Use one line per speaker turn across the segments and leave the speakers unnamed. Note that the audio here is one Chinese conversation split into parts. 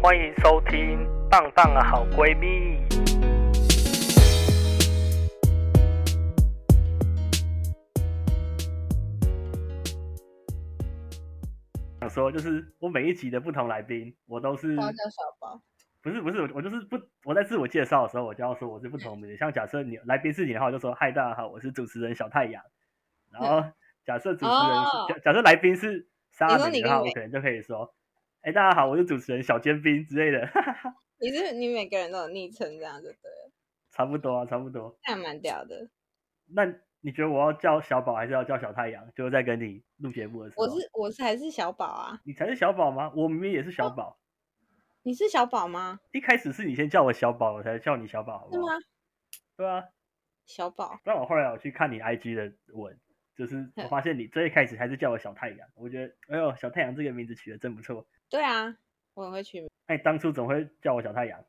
欢迎收听《棒棒的好闺蜜》。想说，就是我每一集的不同来宾，我都是
大家叫小包，
不是不是，我我就是不我在自我介绍的时候，我就要说我是不同的。像假设你来宾是你的话，我就说嗨，大家好，我是主持人小太阳。然后假设主持人是、
哦
假假设来宾是
你
沙
说
美
你
的
跟
话，
美
我可能就可以说，哎、大家好，我是主持人小尖兵之类的，
你是你每个人都有昵称这样子，对了，
差不多啊，差不多。
那还蛮屌的。
那你觉得我要叫小宝还是要叫小太阳？就是在跟你录节目的时候，
我是我是还是小宝啊？
你才是小宝吗？我明明也是
哦
小宝，
你是小宝吗？
一开始是你先叫我小宝，我才叫你小宝，好
是
不好？
吗？
对啊，
小宝，
但我后来我去看你 IG 的文，就是我
嗯
发现你最一开始还是叫我小太阳，我觉得，哎呦，小太阳这个名字取得真不错。
对啊，我很会取名。
那、你当初怎么会叫我小太阳？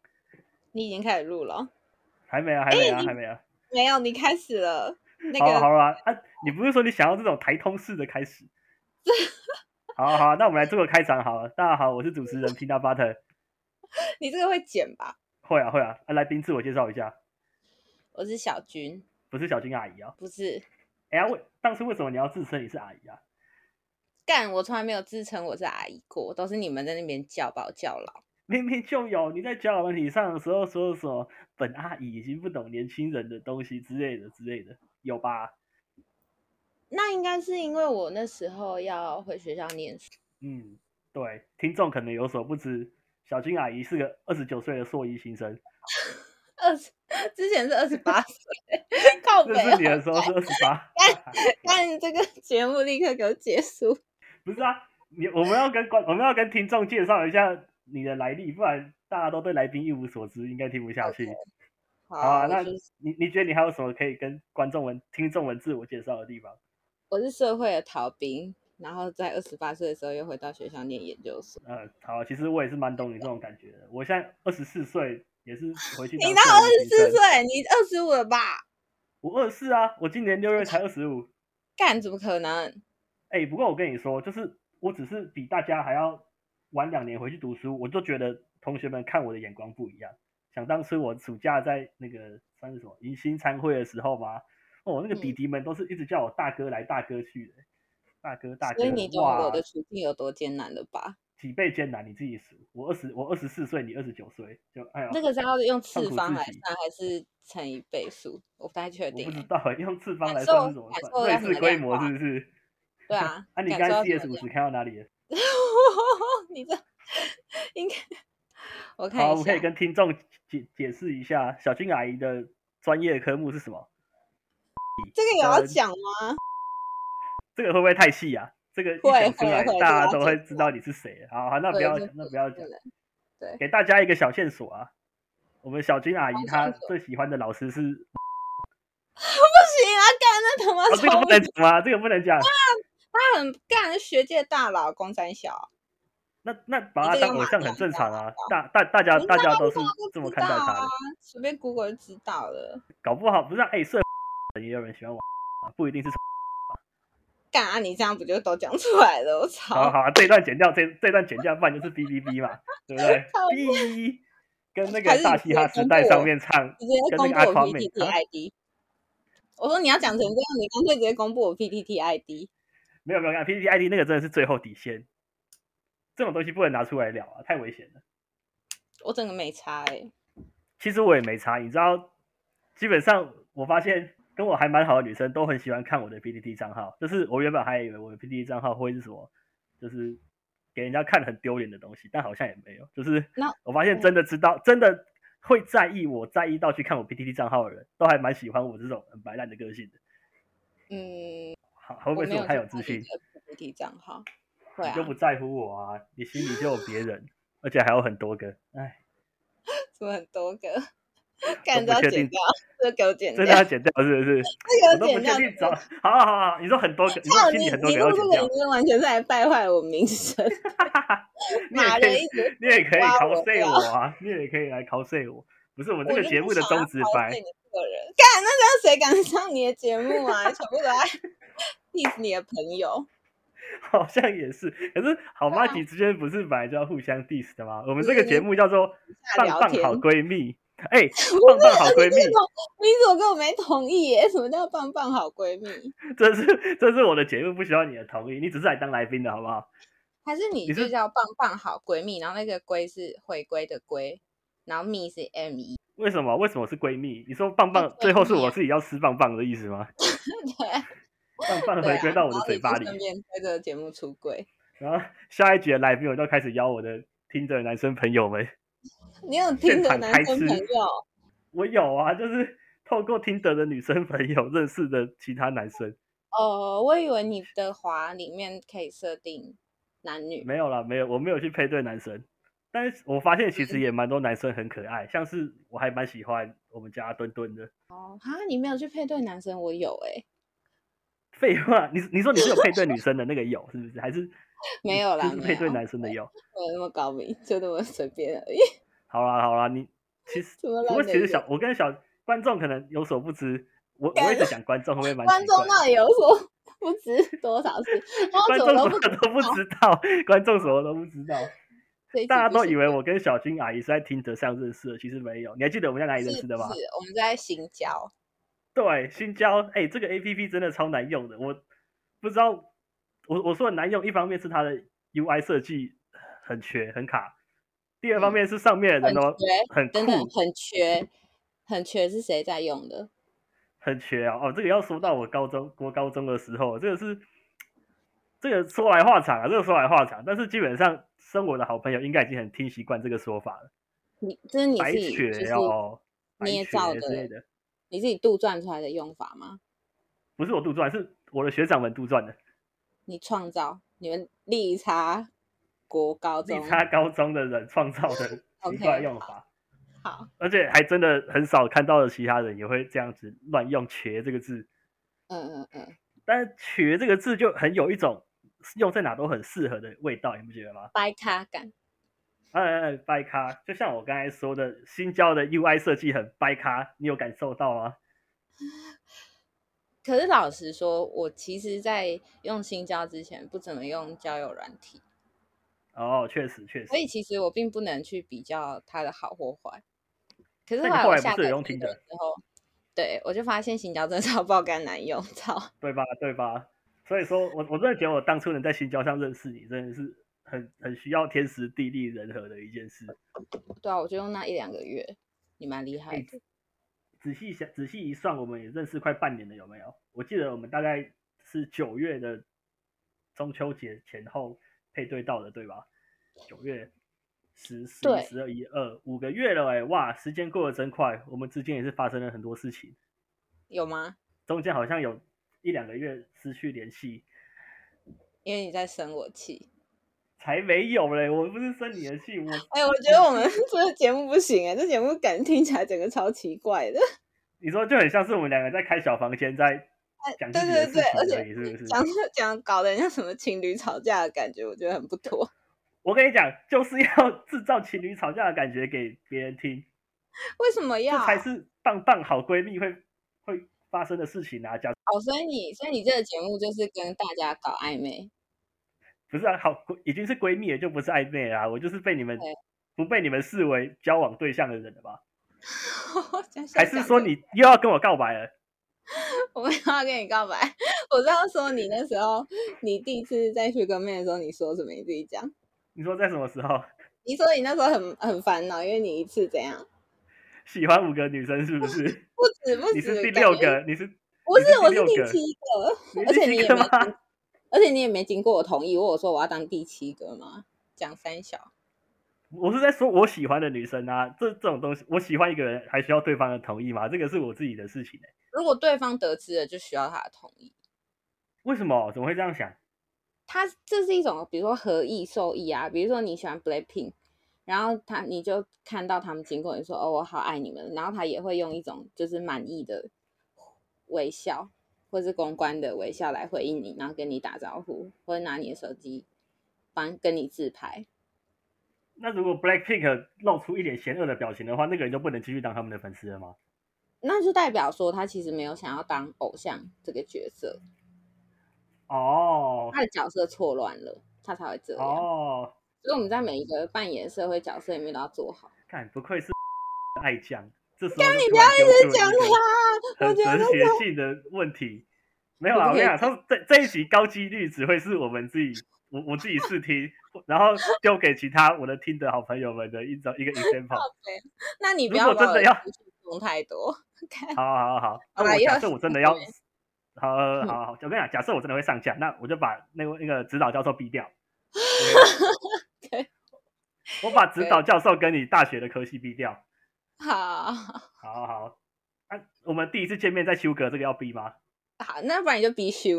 你已经开始录了哦？
还没啊，还没啊，
哎你
还没啊。
没有，你开始了。那
好啊好
个
啊，啊，你不是说你想要这种台通式的开 始？好啊好啊，那我们来做个开场好了。大家好，我是主持人 Peanut Butter。
你这个会剪吧？
会啊会啊，啊来宾自我介绍一下，
我是小军，
不是小军阿姨啊。
不是
哎呀，为当初为什么你要自称你是阿姨啊？
干，我从来没有自称我是阿姨过，都是你们在那边叫把我叫老。
明明就有你在交友问题上的时候说什么本阿姨已经不懂年轻人的东西之类的之类的，有吧？
那应该是因为我那时候要回学校念书，
嗯，对，听众可能有所不知，小军阿姨是个二十九岁的硕一新生，
二十之前是二十八岁， 靠北
认识你
哦
的时候是二十八，
看这个节目立刻给我结束。
不是啊？你我们要跟观我们要跟听众介绍一下你的来历，不然大家都对来宾一无所知，应该听不下去。
好，
好啊，
我
那
就是
你你觉得你还有什么可以跟观众们、听众们自我介绍的地方？
我是社会的逃兵，然后在二十八岁的时候又回到学校念研究所。
呃，好，其实我也是蛮懂你这种感觉的。我现在二十四岁，也是回去当
你到
社
二
会
十
新
四
生，
岁，你二十五了吧？
我二十四啊，我今年六月才二十五。
干，怎么可能？
哎，不过我跟你说，就是我只是比大家还要晚两年回去读书，我就觉得同学们看我的眼光不一样。想当初我暑假在那个算是什么迎新参会的时候嘛，哦，那个弟
嗯
弟们都是一直叫我大哥来大哥去的，大哥大哥，
所以你懂
哇
我的处境有多艰难了吧？
几倍艰难，你自己数。我二十，我二十四岁，你二十九岁，就哎呀，
这个是要用
痛
次
苦
方
至
来
极
算，还是乘以倍数？我不太确
我不
定
知
欸。
道欸 用次方
感
来算
受
是怎么
感受
算？
要
瑞
怎么
士规
量
模
化
是不是？
对啊
啊，你
感
刚
受
才
要
CS
怎
五
么
十看到哪里了？
你这应该，我看
好，我
一
们
下
可以，跟听众解解释一下，小军阿姨的专业科目是什么？
这个有要
呃
讲吗？
这个会不会太细啊？这个一
会
讲出
会
来，
会
大家
这个
都
要
会
解
知道你是谁。好好，那不
对
要
这
讲，那
不
不要
可
讲，
能对
给大家一个小线索啊。我们小军阿姨
好
她
线索
最喜欢的老师是……哦，
不行啊，干那他妈
这个
超
不能讲吗？这个不能 讲。
他很干，学界大佬，公三小，啊
那那把
你
她
这个
当偶
马
像
上
很正
知
常
道
啊，大大大家
你
大
大
家
家
都是
知道就
这么
知
看待
道
她的
啊。随便 Google 就知道了。
搞不好不是啊哎、社也有人喜欢我，啊不一 定是。
干啊，你这样不就都讲出来了？我操！
好好啊，这一段剪掉，这这段剪掉，不然就是 B B B 嘛，对不 对
靠
？B 跟那
还
个
是
大
你
嘻
直
哈
接
时
公
代
布
上
我
面唱，
直接
跟
公
那
布
个阿
我
狂妹嗯
PTT
啊
ID。我说你要讲成这样，你干脆直接公布我 PTT ID。
没有没有没有，P P T I D 那个真的是最后底线，这种东西不能拿出来聊啊，太危险了。
我整个没差哎、
其实我也没差，你知道，基本上我发现跟我还蛮好的女生都很喜欢看我的 PPT 账号，就是我原本还以为我的 PPT 账号会是什么，就是给人家看很丢脸的东西，但好像也没有。就是
那
我发现真的知道，真的会在意我在意到去看我 PPT 账号的人，都还蛮喜欢我这种很白烂的个性的。
嗯，
好，会不会
没
是
有
我太
去
有
看
自
你
信？
的 PTT 账号。会
你就
啊，
不在乎我啊？你心里就有别人，而且还有很多个。 哎，
怎么很多个？
都
干这
不
要
确
剪
定
掉，这个给我剪
真
掉，
的要剪掉是不是？我
这
都不
个要剪
确
掉。
定找。好好好好，你说很多个，你
操
说
你！
心
你
里很多个
录
要
这
剪
个
掉
已，经完全是来败坏我 名声，
你也
骂
可
人
以，
一直
你也可以
挖
考
我
碎
料
我啊，你也可以来考碎我。不是我们这
我
个
就
节
不
目的
想
宗
要
旨
抛
摆
弃，你这个人，干那 这样谁敢上你的节目啊？全部都在 diss 你的朋友，
好像也是，可是好妈
对啊
几之间不是本来就要互相 diss 的吗？我们
不
这
是
个节
你
目叫做“
下
棒
聊
棒
天
好闺蜜”， 哎，
我
棒棒好闺
你怎
蜜，
么你怎么跟我没同意耶？ 什么叫棒棒好闺蜜？
这是这是我的节目，不需要你的同意，你只是来当来宾的好不好？
还是
你
你就是叫棒棒好闺蜜？然后那个闺是回归的归，然后蜜是 M E，
为什么？为什么是闺蜜？你说棒棒
闺
最后是
蜜
我
啊
自己要吃棒棒的意思吗？
对
棒棒
对
回
啊
归到我的
然后
嘴
你
巴
就
里。
顺便对这个节目出轨，
然后 下一集的来宾，我就开始邀我的听的男生朋友们。
你有
现
听的
场
男
开
生
吃
朋友？
我有啊，就是透过听得的女生朋友认识的其他男生。
哦，我以为你的滑里面可以设定男女，
没有啦，没有，我没有去配对男生。但是我发现其实也蛮多男生很可爱，像是我还蛮喜欢我们家墩墩的。
哦，哈，你没有去配对男生，我有哎、
废话，你你说你是有配对女生的那个有是不是？还是
没有啦
就是
没
配对
有
男生的有。
没有那么高明，就那么随便而已。
好啦好啦，你其实
怎么
不
烂
过
的
其实
一个
小我跟小观众可能有所不知，我
干
我一直讲观众会不会蛮
观
奇
众
怪
到底有所不知多少次，我
观
哦怎
众
么
什
都
么
不知
都不
道
知道，观众什么都不知道，
这一集
大家
不
都
是
以为我跟小军阿姨是在听得上认识的，其实没有。你还记得我们在哪里认
是
识的吧
不？是，我们在行交，
对，新交，哎、这个 A P P 真的超难用的，我不知道，我我说很难用，一方面是它的 U I 设计很缺很卡，第二方
嗯
面是上面的人
很
都
缺
很
等等
酷
很缺，很缺是谁在用的？
很缺啊！哦，这个要说到我高中国高中的时候，这个是这个说来话长啊，这个说来话长，但是基本上生我的好朋友应该已经很听习惯这个说法了，
你这是你自
白
己就
雪
是
哦，白
捏
雪
造
之类
的
的，
你自己杜撰出来的用法吗？
不是我杜撰，是我的学长们杜撰的。
你创造你们利差国高
利
中
差高中的人创造 的奇
OK，
怪用法，
好，
而且还真的很少看到的其他人也会这样子乱用“瘸”这个字。
嗯嗯嗯，
但是“瘸”这个字就很有一种用在哪都很适合的味道，你不觉得吗？
掰咖感，
哎哎哎，掰咖，就像我刚才说的，新交的 UI 设计很掰咖，你有感受到吗？
可是老实说，我其实，在用新交之前不怎么用交友软体，
哦，确实确实
所。以其实我并不能去比较它的好或坏。可是
那
后
你
来
后
我
来不
下
是
载
有用
这个
Tinder？
之后，对我就发现新交真的超爆肝难用， 操！
对吧？对吧？所以说我我真的觉得我当初能在新交上认识你，真的是很很需要天时地利人和的一件事。
对啊，我就用那一两个月，你蛮厉害
哎
的。
仔细想，仔细一算，我们也认识快半年了，有没有？我记得我们大概是九月的中秋节前后配对到的，对吧？九月十、十
对
一、十二、一二，五个月了哎、哇，时间过得真快。我们之间也是发生了很多事情，
有吗？
中间好像有一两个月失去联系，
因为你在生我气。
才没有嘞。我不是生你的气，我
哎、我觉得我们 这个节目不行哎、这节目感觉听起来整个超奇怪的，
你说就很像是我们两个在开小房间，在讲自
对
己的
哎
事
对对，而
情而
且
已，是不是？
讲讲搞得人家什么情侣吵架的感觉，我觉得很不妥。
我跟你讲，就是要制造情侣吵架的感觉给别人听，
为什么
这
要？
才是棒棒好闺蜜会会发生的事情啊！讲
哦，所以你所以你这个节目就是跟大家搞暧昧，
不是啊，好已经是闺蜜了，就不是暧昧啦、我就是被你们
对
不被你们视为交往对象的人了吧？
想想
还是
想
说
就
你又要跟我告白了？
我没有要跟你告白， 我是要说你那时候你第一次在学哥妹的时候你说什么？你自己讲。
你说在什么时候
你说你那时候很很烦恼，因为你一次怎样？
喜欢五个女生是不 是？
不止不止，
你是第
感
六
觉，
个，你是
不
你
是
是
我
第
是
六
第
个
七个，
你
而
是
且
第
你
七
也
个
没
吗？
经，而且你也没经过我同意，我有说我要当第七个嘛，讲三小。
我是在说我喜欢的女生啊，这这种东西，我喜欢一个人还需要对方的同意吗？这个是我自己的事情、欸、
如果对方得知了，就需要他的同意。
为什么？怎么会这样想？
它这是一种，比如说合意受益啊，比如说你喜欢 Blackpink，然后他你就看到他们经过，你说哦我好爱你们，然后他也会用一种就是满意的微笑，或是公关的微笑来回应你，然后跟你打招呼，或者拿你的手机帮跟你自拍。
那如果 Blackpink 露出一脸嫌恶的表情的话，那个人就不能继续当他们的粉丝了吗？
那就代表说他其实没有想要当偶像这个角色，
哦，
他的角色错乱了，他才会这样。
哦，
所以我们在每一个扮演社会角色里面都要做好。
看不愧是 爱酱，这时候你
不要一直讲
他，
他，我
很
觉得
哲学性的问题。没有啊，我
我
跟
觉
你
得
讲，他这这一集高几率只会是我们自己，我我自己试听，然后丢给其他我的听的好朋友们的一种 一个 example。
那你不
如
要
果
把
真
我
的要
情绪弄太多。看，
好好好好，那
好啦
我
以
假
后
设我真的
是
要嗯
对，
好好好，好我跟你讲，假设我真的会上架，那我就把那位那个指导教授逼 掉。OK 我把指导教授跟你大学的科系逼掉。
好
好好好，啊，我们第一次见面在修格，这个要逼吗？
好，那不然你就必须，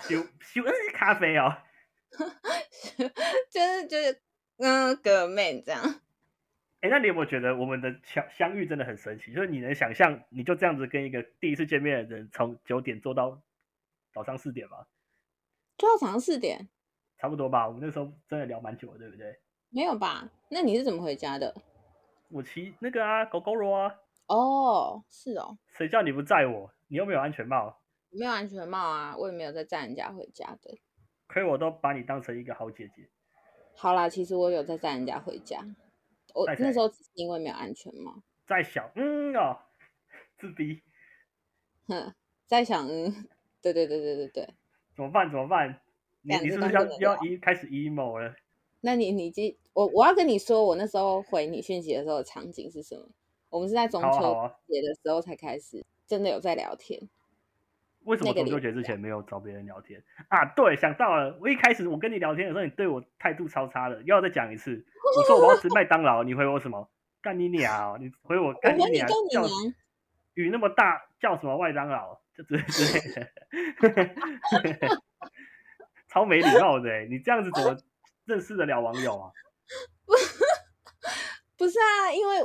修修嗯咖啡哦，
就是就是嗯，革命这样。
哎，那你有没有觉得我们的相相遇真的很神奇？就是你能想象，你就这样子跟一个第一次见面的人，从九点做到早上四点吗？
就要尝试点，
差不多吧，我们那时候真的聊蛮久的，对不对？
没有吧？那你是怎么回家的？
我骑那个啊，狗狗罗啊，
哦，是哦，
谁叫你不载我？你又没有安全帽，
没有安全帽啊，我也没有在载人家回家的。
亏我都把你当成一个好姐姐。
好啦，其实我有在载人家回家，我
载谁
那时候只是因为没有安全帽，
再小，嗯哦，自闭，
哼，在想，嗯，对对对对对对，
怎么办？怎么办？你
感
你
觉
是不是
到
要
不能
要
聊
一开始 emo 了？
那你你记我我要跟你说，我那时候回你讯息的时候的场景是什么？我们是在中
好啊
秋
好啊
节的时候才开始真的有在聊天，
为什么
那个
中秋
礼
节之
拜
前没有找别人聊天啊？对，想到了，我一开始我跟你聊天的时候，你对我态度超差的，又要再讲一次。我说我要吃麦当劳，你回我什么？干你鸟！你回我干
我回你
鸟！
干你
叫
娘
雨那么大，叫什么麦当劳？就之之类的， 超没礼貌的、欸。你这样子怎么认识得了网友啊？
不是啊？因为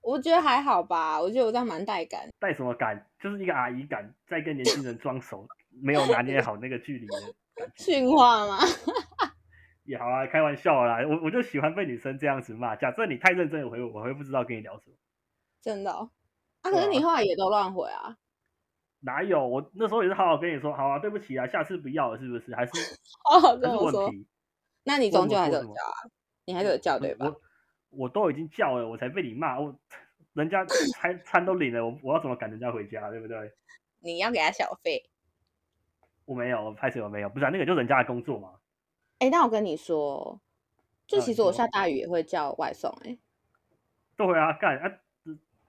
我觉得还好吧，我觉得我这样蛮带感的。
带什么感？就是一个阿姨感，在跟年轻人装熟，没有拿捏好那个距离的感觉。
训话吗？
也好啊啦，开玩笑啦，我我就喜欢被女生这样子骂。假设你太认真地回我，我会不知道跟你聊什么。
真的、哦、啊？
对
可是你
啊
后来也都乱回啊？
哪有？我那时候也是好好跟你说，好啊，对不起啊，下次不要了，是不 是？还是
哦，
还
跟
是
我
问
说，
题？
那你
问
终
我
究还是
说
有
什么嗯
叫啊，你还是有叫对吧？
我我都已经叫了，我才被你骂，我人家餐餐都领了，我我要怎么赶人家回家，对不对？
你要给他小费。
我没有，拍谁我没有，不是、啊、那个就是人家的工作嘛。
哎、那我跟你说，哦就
啊
其
你
实我
说
下大雨也会叫外送、欸，哎，
对啊，干啊，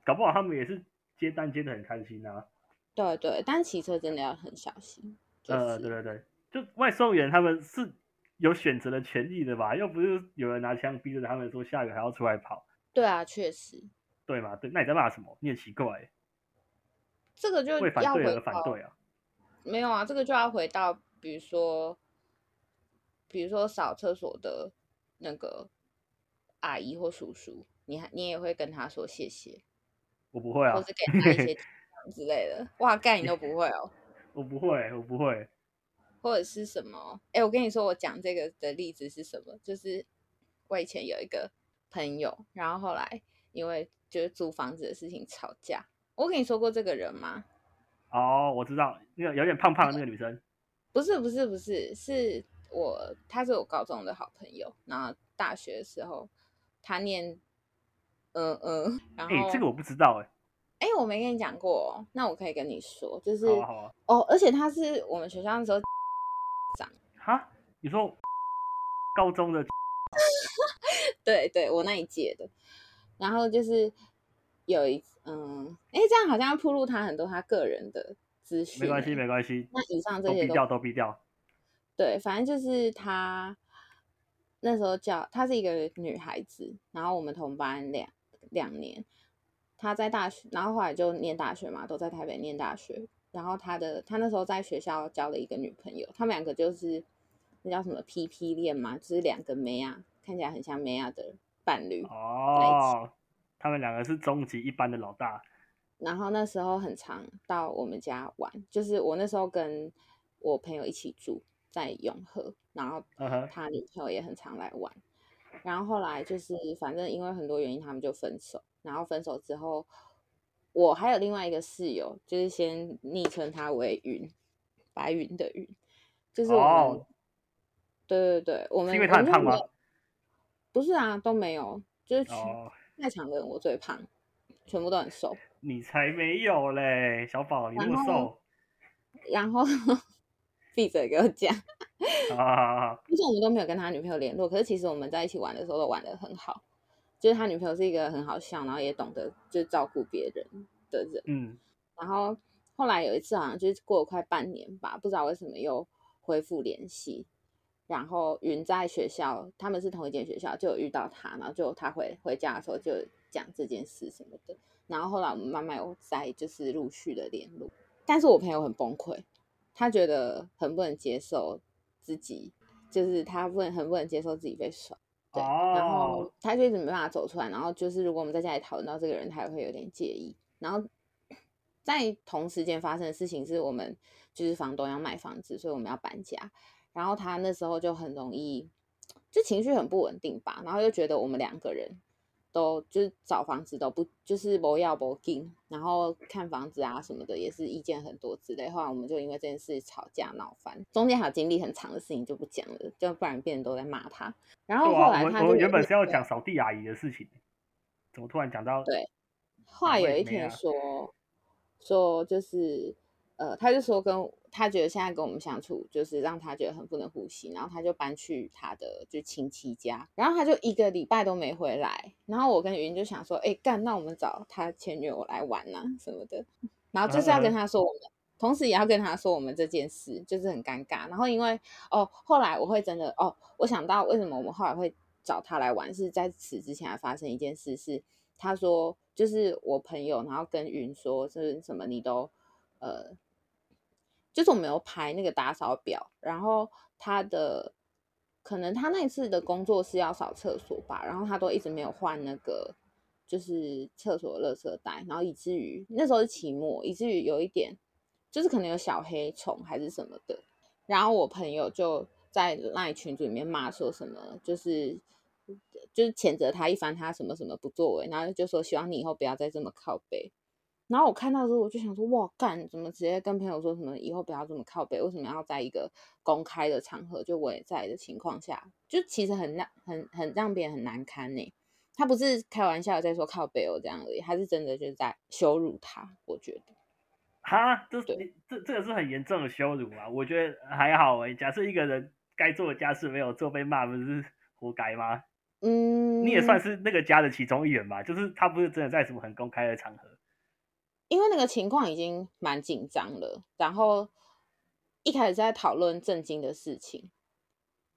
搞不好他们也是接单接的很开心啊。
对对，但骑车真的要很小心。就
呃，
是
对对对，就外送员他们是有选择的权利的吧？又不是有人拿枪逼着他们说下雨还要出来跑，
对啊，确实，
对吗？对，那你在骂什么？你很奇怪欸，
这个就
为反
要
对
回
而反
到
对啊。
没有啊，这个就要回到，比如说，比如说扫厕所的那个阿姨或叔叔，你还你也会跟他说谢谢，
我不会啊
或，是给他一 些奖之类的。哇，盖你都不会哦，
我不会，我不会。
或者是什么？哎，我跟你说，我讲这个的例子是什么？就是我以前有一个朋友，然后后来因为就是租房子的事情吵架。我跟你说过这个人吗？
哦，我知道，那个有点胖胖的那个女生，
不是不是不是，是我他是我高中的好朋友，然后大学的时候他念，嗯嗯，然
哎、
后
这个我不知道哎、
哎、我没跟你讲过、哦，那我可以跟你说，就是、
好啊好啊，
哦，而且他是我们学校那时候，
哈，你说高中的
对对，我那一届的，然后就是有一嗯，哎、这样好像要暴露他很多他个人的资讯欸，
没关系没关系，
那以上这
都
些
毙
都
掉都毙掉。
对，反正就是她那时候叫她是一个女孩子，然后我们同班两两年，她在大学，然后后来就念大学嘛，都在台北念大学。然后她的她那时候在学校交了一个女朋友，他们两个就是那叫什么 PP 恋嘛，就是两个梅亚看起来很像梅亚的伴侣。
哦，他们两个是终极一班的老大，
然后那时候很常到我们家玩，就是我那时候跟我朋友一起住在永和，然后
嗯哼
他女朋友也很常来玩。然后后来就是反正因为很多原因，他们就分手。然后分手之后，我还有另外一个室友，就是先昵称他为云，白云的云。就是我们，
哦，
对对对，我们
是因为他很胖？
我
吗
们就没？不是啊，都没有，就是全
哦，
在场的人我最胖，全部都很瘦。
你才没有嘞，小宝，你那么
然
瘦
后然后 闭嘴给我讲，
啊！好好好
而且我们都没有跟他女朋友联络，可是其实我们在一起玩的时候都玩的很好，就是他女朋友是一个很好笑，然后也懂得就是照顾别人的人。
嗯，
然后后来有一次好像就是过了快半年吧，不知道为什么又恢复联系。然后云在学校，他们是同一间学校，就有遇到他，然后就他回回家的时候就讲这件事什么的。然后后来我们慢慢有在就是陆续的联络，但是我朋友很崩溃，他觉得很不能接受自己，就是他不能很不能接受自己被甩，对，然
哦
后他就一直没办法走出来。然后就是如果我们在家里讨论到这个人，他也会有点介意。然后在同时间发生的事情是我们就是房东要卖房子，所以我们要搬家。然后他那时候就很容易，就情绪很不稳定吧，然后又觉得我们两个人都就是找房子都不就是不要不进，然后看房子啊什么的也是意见很多之类。后来我们就因为这件事吵架闹翻，中间还有经历很长的事情就不讲了，就不然别人都在骂他。然后
对
后
啊，
来
我
他
我
就
原本是要
对
讲扫地阿姨的事情，怎么突然讲到？
对，后
我
来有
也
一
没
天
啊
说说就是呃，他就说跟他觉得现在跟我们相处就是让他觉得很不能呼吸，然后他就搬去他的就亲戚家，然后他就一个礼拜都没回来，然后我跟云就想说，哎、干，那我们找他前女友来玩呐、什么的，然后就是要跟
嗯嗯
他说我们。同时也要跟他说我们这件事就是很尴尬，然后因为哦，后来我会真的哦，我想到为什么我们后来会找他来玩，是在此之前还发生一件事是，他说就是我朋友，然后跟云说就是什么你都呃，就是我们有排那个打扫表，然后他的可能他那一次的工作是要扫厕所吧，然后他都一直没有换那个就是厕所的垃圾袋，然后以至于那时候是期末，以至于有一点就是可能有小黑虫还是什么的，然后我朋友就在赖群组里面骂说什么，就是就是谴责他一番，他什么什么不作为，然后就说希望你以后不要再这么靠背。然后我看到的时候，我就想说，哇，干，怎么直接跟朋友说什么以后不要这么靠背？为什么要在一个公开的场合，就我也在的情况下，就其实很让很很让别人很难堪呢、他不是开玩笑在说靠背哦这样而已，他是真的就是在羞辱他，我觉得。
哈，这
对
你这这个是很严重的羞辱啊！我觉得还好哎、假设一个人该做的家事没有做被骂，不是活该吗？
嗯，
你也算是那个家的其中一员吧，就是他不是真的在什么很公开的场合，
因为那个情况已经蛮紧张了，然后一开始在讨论震惊的事情，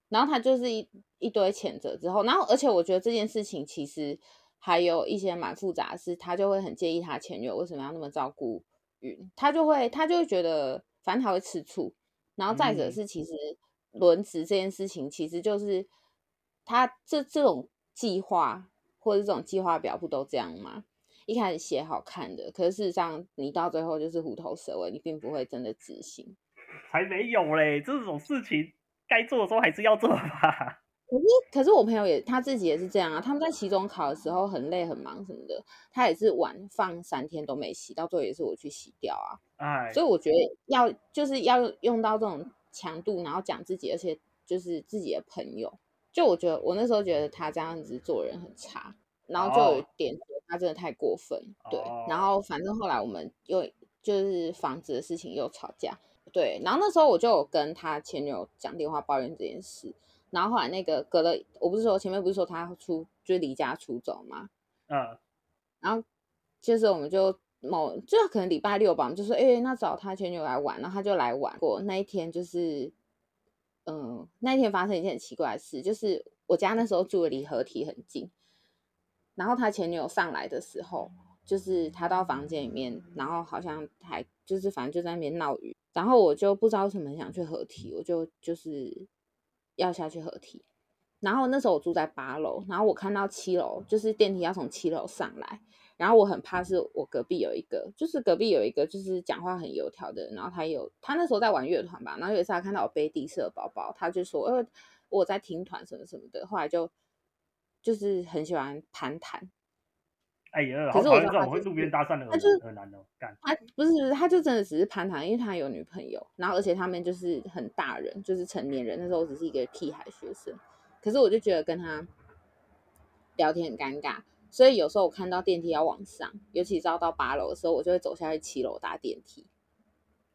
然后他就是一一堆谴责之后，然后而且我觉得这件事情其实还有一些蛮复杂的是，他就会很介意他前女友为什么要那么照顾云，他就会他就会觉得反正他会吃醋，然后再者
嗯
是，其实轮值这件事情，其实就是他这这种计划或者这种计划表不都这样吗？一开始写好看的，可是事实上你到最后就是虎头蛇尾，你并不会真的执行。
才没有嘞！这种事情该做的时候还是要做吧。
可是我朋友也他自己也是这样啊，他们在期中考的时候很累很忙什么的，他也是晚放三天都没洗，到最后也是我去洗掉啊。
哎，
所以我觉得要就是要用到这种强度，然后讲自己，而且就是自己的朋友。就我觉得我那时候觉得他这样子做人很差，然后就有
哦
点觉得他真的太过分，对。然
哦
后反正后来我们又就是房子的事情又吵架，对。然后那时候我就有跟他前女友讲电话抱怨这件事，然后后来那个隔了，我不是说前面不是说他出就是离家出走吗？
嗯，
然后就是我们就某就可能礼拜六吧，我们就说，哎、那找他前女友来玩，然后他就来玩过。那一天就是，嗯、那一天发生一件很奇怪的事，就是我家那时候住的离合体很近，然后他前女友上来的时候，就是他到房间里面，然后好像还就是反正就在那边闹雨，然后我就不知道为什么想去合体，我就就是要下去合体。然后那时候我住在八楼，然后我看到七楼，就是电梯要从七楼上来，然后我很怕是我隔壁有一个，就是隔壁有一个就是讲话很油条的人，然后他有他那时候在玩乐团吧，然后有一次他看到我背地社的包包，他就说呃我在听团什么什么的，后来就就是很喜欢攀谈，
哎呀，
可
好
是
讨
我
厌
知道
这种
他
会
就是
路边搭讪的
他就是
很很难哦，干
他不是，他就真的只是攀谈，因为他有女朋友，然后而且他们就是很大人，就是成年人。那时候我只是一个屁孩学生，可是我就觉得跟他聊天很尴尬，所以有时候我看到电梯要往上，尤其是要到八楼的时候，我就会走下去七楼搭电梯，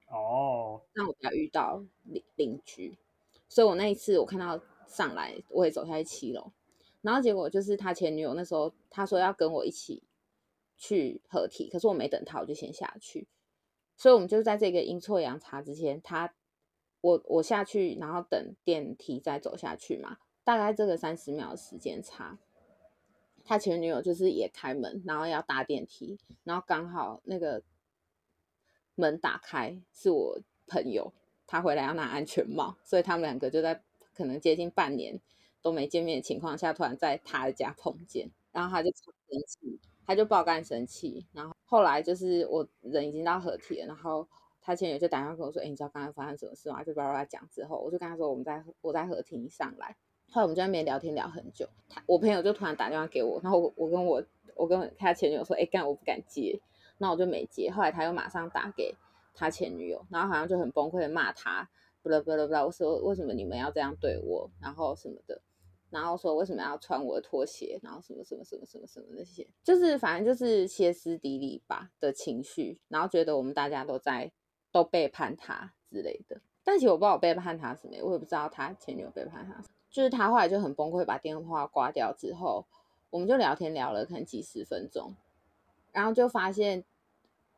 哦，
让我不要遇到邻邻居。所以我那一次我看到上来，我也走下去七楼，然后结果就是他前女友那时候他说要跟我一起去合体，可是我没等他，我就先下去，所以我们就在这个阴错阳差之间，他我我下去，然后等电梯再走下去嘛，大概这个三十秒的时间差。他前女友就是也开门，然后要搭电梯，然后刚好那个门打开，是我朋友，他回来要拿安全帽，所以他们两个就在可能接近半年都没见面的情况下，突然在他的家碰见，然后他就超生气，他就爆干生气，然后后来就是我人已经到合体了，然后他前女友就打电话跟我说，哎、你知道刚才发生什么事吗？就巴拉巴拉讲之后，我就跟他说我们在我在合体，你上来。后来我们就在那边聊天聊很久，他我朋友就突然打电话给我，然后我我跟我我跟他前女友说，哎、干我不敢接，那我就没接。后来他又马上打给他前女友，然后好像就很崩溃的骂他，不啦不啦不啦，我说为什么你们要这样对我，然后什么的，然后说为什么要穿我的拖鞋，然后什么什么什么什么什么那些，就是反正就是歇斯底里吧的情绪，然后觉得我们大家都在都背叛他之类的。但其实我不知道我背叛他什么，我也不知道他前女友背叛他什么，就是他后来就很崩溃，把电话挂掉之后，我们就聊天聊了可能几十分钟，然后就发现，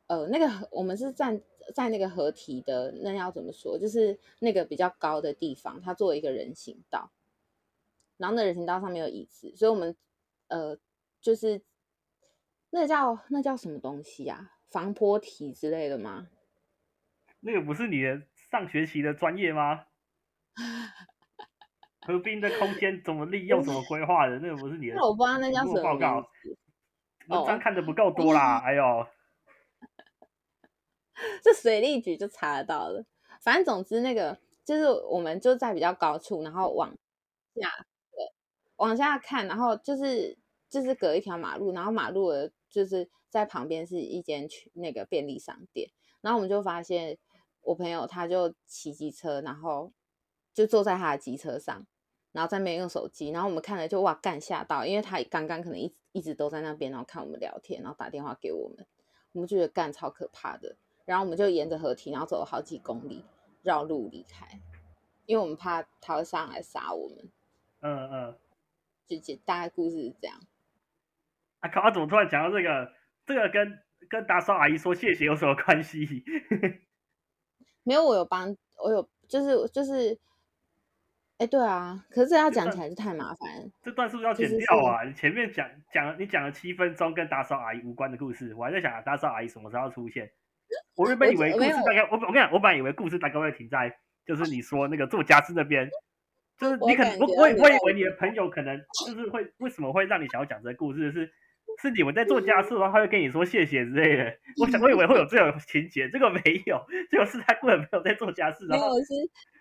呃，那个河我们是站在那个河堤的，那要怎么说？就是那个比较高的地方，它做一个人行道，然后那人行道上面有椅子，所以我们呃，就是那叫那叫什么东西啊？防坡堤之类的吗？
那个不是你的上学期的专业 吗？合并的空间怎么利用、怎么规划的，那个不是你的
那我不知道那叫
评
什
估
么
报告啊
名字。哦
文章看的不够多啦，哎呦，
这水利局就查得到了。反正总之，那个就是我们就在比较高处，然后往下对往下看，然后就是就是隔一条马路，然后马路的就是在旁边是一间去那个便利商店，然后我们就发现我朋友他就骑机车，然后就坐在他的机车上。然后在那边用手机，然后我们看了就哇干吓到，因为他刚刚可能一直一直都在那边，然后看我们聊天，然后打电话给我们，我们就觉得干超可怕的。然后我们就沿着河堤，然后走了好几公里，绕路离开，因为我们怕他会上来杀我们。
嗯嗯，
就就大概故事是这样，
啊靠，啊怎么突然讲到这个？这个跟跟打扫阿姨说谢谢有什么关系？
没有我有帮，我有就是就是，哎，对啊，可是这要讲起来就太麻烦了。
这段是不是要剪
其实是
掉啊？你前面讲讲了你讲了七分钟跟打扫阿姨无关的故事，我还在想啊打扫阿姨什么时候要出现。我原本以为
我
故
没
事
有
大概，我我跟你讲，我本来以为故事大概会停在就是你说那个做家事那边，就是
我
你可能
感
我
觉
我以
你
我以
在
为你的朋友可能就是会为什么会让你想要讲这个故事是是你们在做家事的话，他会跟你说谢谢之类的。我想我以为会有这种情节，这个没有，结果是他根本没有在做家事，
没
然
有，
后
我是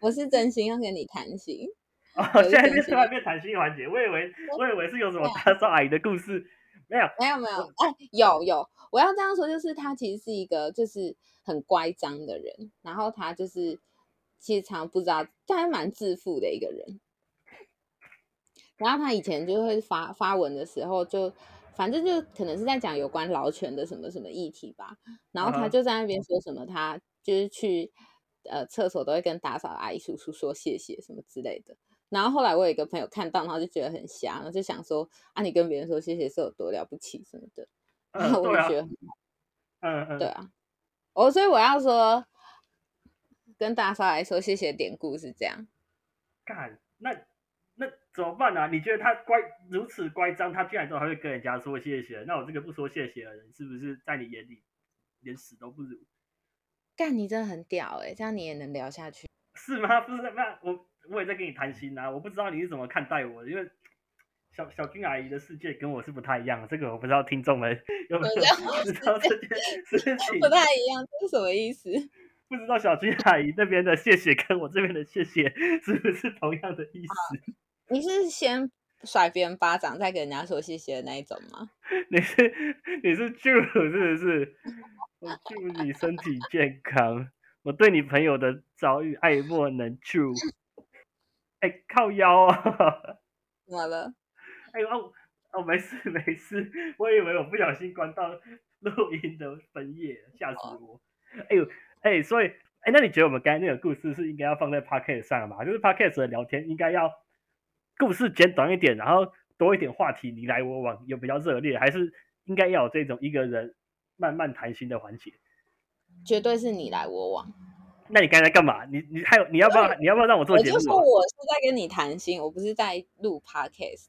我是真心要跟你谈心，
哦，现在
有一
就
点哦
突然变谈心环节，我以为我以为是有什么
对
打扫阿姨的故事，没 有。
没有没有，哎，有有，我要这样说，就是他其实是一个就是很乖张的人，然后他就是其实常不知道，他还蛮自负的一个人。然后他以前就会发发文的时候就，反正就可能是在讲有关劳权的什么什么议题吧。然后
嗯
他
哼
就在那边说什么，他就是去呃厕所都会跟打扫阿姨叔叔说谢谢什么之类的。然后后来我有一个朋友看到，然后就觉得很瞎，然后就想说啊，你跟别人说谢谢是有多了不起什么的。然
嗯，
后我就
对啊，
觉得很
嗯嗯，
对啊，哦，所以我要说，跟大嫂来说谢谢典故是这样。
干，那那怎么办啊？你觉得他乖如此乖张，他居然都还会跟人家说谢谢，那我这个不说谢谢的人，是不是在你眼里连屎都不如？
干，你真的很屌哎、这样你也能聊下去。
是吗？不是，那我我也在跟你谈心啊，我不知道你是怎么看待我的，因为小小军阿姨的世界跟我是不太一样的，这个我不知道听众们有没
我
有知道这件事情
不，太一样，这是什么意思？
不知道小军阿姨那边 的谢谢跟我这边的谢谢是不是同样的意思？
你是先甩别人巴掌再给人家说谢谢的那一种吗？
你是你是祝是不是？我祝你身体健康，我对你朋友的遭遇爱莫能助。哎、靠腰啊！
怎么了？
哎呦哦哦，没事 没事，我以为我不小心关到录音的分页了，吓死我！哎呦哎，所以哎，那你觉得我们刚才那个故事是应该要放在 podcast 上的吗？就是 podcast 的聊天应该要故事简短一点，然后多一点话题，你来我往，有比较热烈，还是应该要有这种一个人慢慢谈心的环节？
绝对是你来我往。
那你刚才在干嘛？你你还有你要不要你要不要让我做
我
节目
就
啊？
说我是在跟你谈心，我不是在录 podcast。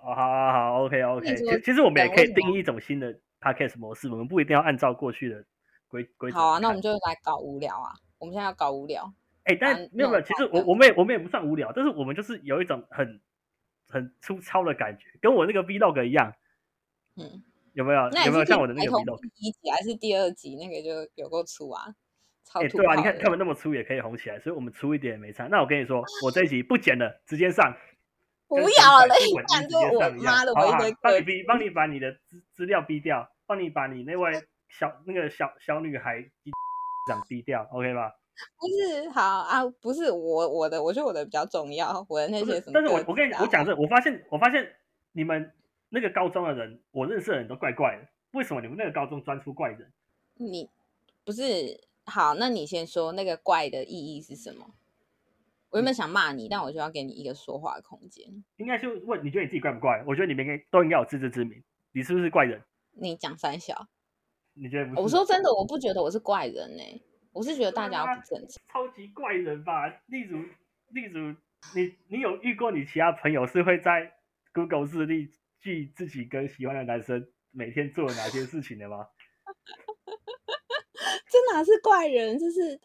哦，好好好，OK OK。
你
其
说
实其实我们也可以
讲为什么
定义一种新的 podcast 模式，我们不一定要按照过去的规规则来看。
好啊，那我们就来搞无聊啊！我们现在要搞无聊，
哎、但
把
没有没
那
有，
种
其实
放
我
大
我们也我们也不算无聊，但是我们就是有一种很很粗糙的感觉，跟我那个 vlog 一样，
嗯，
有没有？
那也
有没有
是
像我的那
第
个
排头
vlog？
第一集还是第二集那个就有够粗啊，超
哎、
土
对啊，
炮
你看
的
他们那么粗也可以红起来，所以我们粗一点也没差。那我跟你说，我这一集不剪了，直接上。
不
跟
要了，
跟
一
本
看
直
就
接
我
上一样
妈的，
好
我一
好
堆
啊帮你
歌
逼，帮你把你的资资料逼掉，帮你把你那位小那个小小女孩长逼掉，OK 吧？
不是好啊，不是我我的，我觉得我的比较重要，我的那
不
些
是
什么歌词啊、
但是我我跟你我讲这，我发现我发现你们那个高中的人，我认识的人都怪怪的，为什么你们那个高中专出怪人？
你不是好，那你先说那个怪的意义是什么？我
嗯
原本想骂你，但我就要给你一个说话的空间，
应该就问你觉得你自己怪不怪？我觉得你们应该都应该有自知之明，你是不是怪人？
你讲三小。
你觉得不是？
哦
啊
我说真的，我不觉得我是怪人呢、我是觉得大家不正常。
超级怪人吧？例如，例如，你你有遇过你其他朋友是会在 Google 日历记自己跟喜欢的男生每天做了哪些事情的 吗？
这啊哪是怪人？这是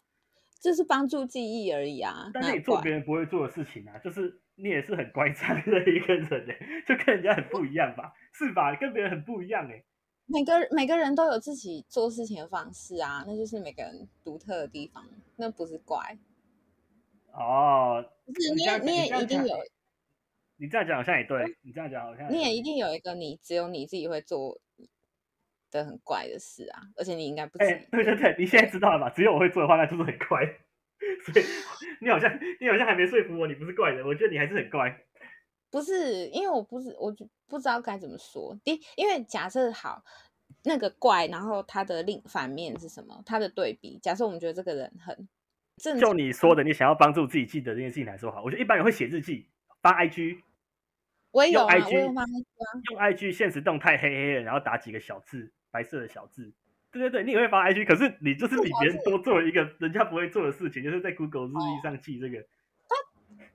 就是帮助记忆而已啊。
但
哪
是
有
你做
怪
别人不会做的事情啊，就是你也是很乖张的一个人、欸， 就跟人家很不一样吧？是吧？跟别人很不一样哎、
每个每个人都有自己做事情的方式啊，那就是每个人独特的地方，那不是怪。
哦，
不是你
这
也
样
你
你
也
这样
一定
看
有，
你这样讲好像也对，你这样讲好像也
嗯你也
对
一定有一个你只有你自己会做的很怪的事啊，而且你应该不止
哎、
一
对
个
对对，你现在知道了吧？只有我会做的话，那就是很怪。 所以你好像你好像还没说服我，你不是怪人，我觉得你还是很怪。
不是，因为我不是，我就不知道该怎么说。第，因为假设好那个怪，然后它的另反面是什么？它的对比。假设我们觉得这个人很正
就
常，
你说的，你想要帮助自己记得这件事情来说好，我觉得一般人会写日记、发 IG、
我也
用
有啊，我
IG
有发现
用 IG 现实动态黑黑的，然后打几个小字，白色的小字。对对对，你也会发 IG，可是你就是比别人多做了一个人家不会做的事情，就是在 Google 日
哦
历上记这个。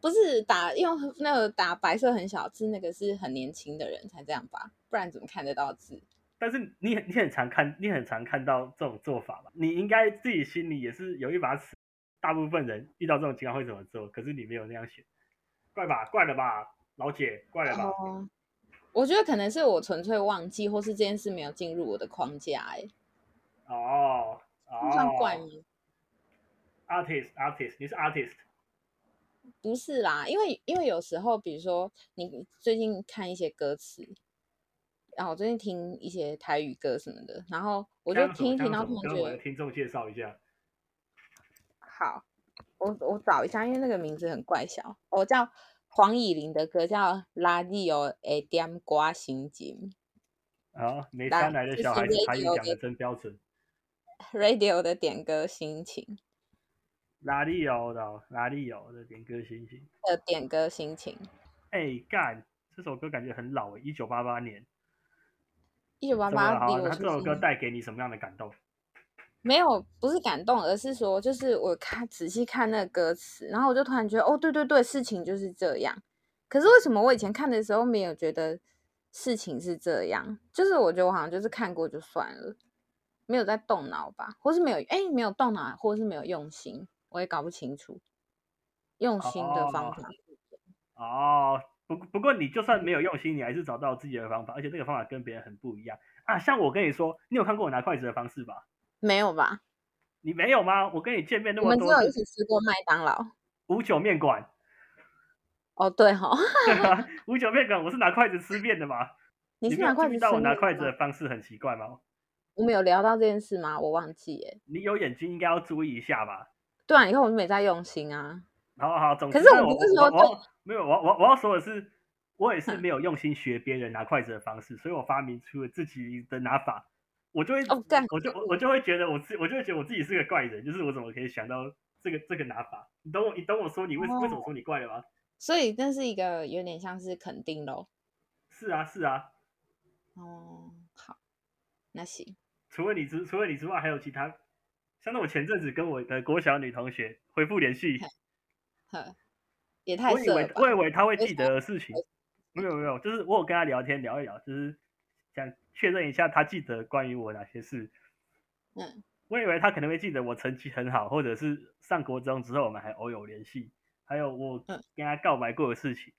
不是打用那个打白色很小字，那个是很年轻的人才这样吧，不然怎么看得到字？
但是你很你很常看，你很常看到这种做法吧？你应该自己心里也是有一把尺。大部分人遇到这种情况会怎么做？可是你没有那样写，怪吧？怪了吧，老姐，怪了吧？
哦，我觉得可能是我纯粹忘记，或是这件事没有进入我的框架、欸，
哦
哎，算怪
哦
吗？
，artist artist，你是 artist，
不是啦，因为因为有时候，比如说你最近看一些歌词，然后我最近听一些台语歌什么的，然后我就
像什么
听一听，
像
然后
什么
突
跟
然觉
我的
得
听众介绍一下。
好，我我找一下，因为那个名字很怪小，我叫黄以玲的歌叫《拉力哦诶点歌心情
好，没
来
三来的
这
小
是
孩子台语
radio
讲的
的
真标准。》
，Radio 的点歌心情
哪里有的哦？哪里有的？点歌星星。
的呃点歌心情，
哎，干，这首歌感觉很老，欸一九八八年。
一九八
怎么了好
八离
啊，
我
那
出
这首
生
歌带给你什么样的感动？
没有，不是感动，而是说，就是我看仔细看那个歌词，然后我就突然觉得，哦，对对对，事情就是这样。可是为什么我以前看的时候没有觉得事情是这样？就是我觉得我好像就是看过就算了，没有在动脑吧，或是没有哎没有动脑，或是没有用心，我也搞不清楚用心的方
哦
法。
哦，不不过你就算没有用心，你还是找到自己的方法，而且那个方法跟别人很不一样啊。像我跟你说，你有看过我拿筷子的方式吧？没
有吧？
你没有吗？我跟你见面那
我
么
们只
多
有一
次，
起吃过麦当劳，
五九面馆，
哦， 对哈、
对啊， 无酒面馆我是拿筷子吃面的嘛。
你是
没有
拿筷
注
子
意到我
吃
拿
面
筷子
吗
的方式很奇怪吗？
我们有聊到这件事吗？我忘记耶。
你有眼睛应该要注意一下吧。
对啊，你看我就没在用心啊。
好好，总之
可是
呢
我
我
不是说
我我要没有，我我我要说的是，我也是没有用心学别人拿筷子的方式，所以我发明出了自己的拿法。我就会，
哦干
我就我我就会觉得我自，我就会觉得我自己是个怪人，就是我怎么可以想到这个这个拿法？你懂我，你懂我说你为什、为什么说你怪了吗？
所以那是一个有点像是肯定咯。
是啊，是啊，
哦，好，那行，
除了你之除了你之外，还有其他。像是我前阵子跟我的国小女同学恢复联系，
呵，也太
我以
色了
为
吧。
我以为她会
没
记
想
得的事情，没有没有，就是我有跟她聊天聊一聊，就是想确认一下她记得关于我哪些事。
嗯，
我以为她可能会记得我成绩很好，或者是上国中之后我们还偶有联系，还有我
嗯
跟她告白过的事情，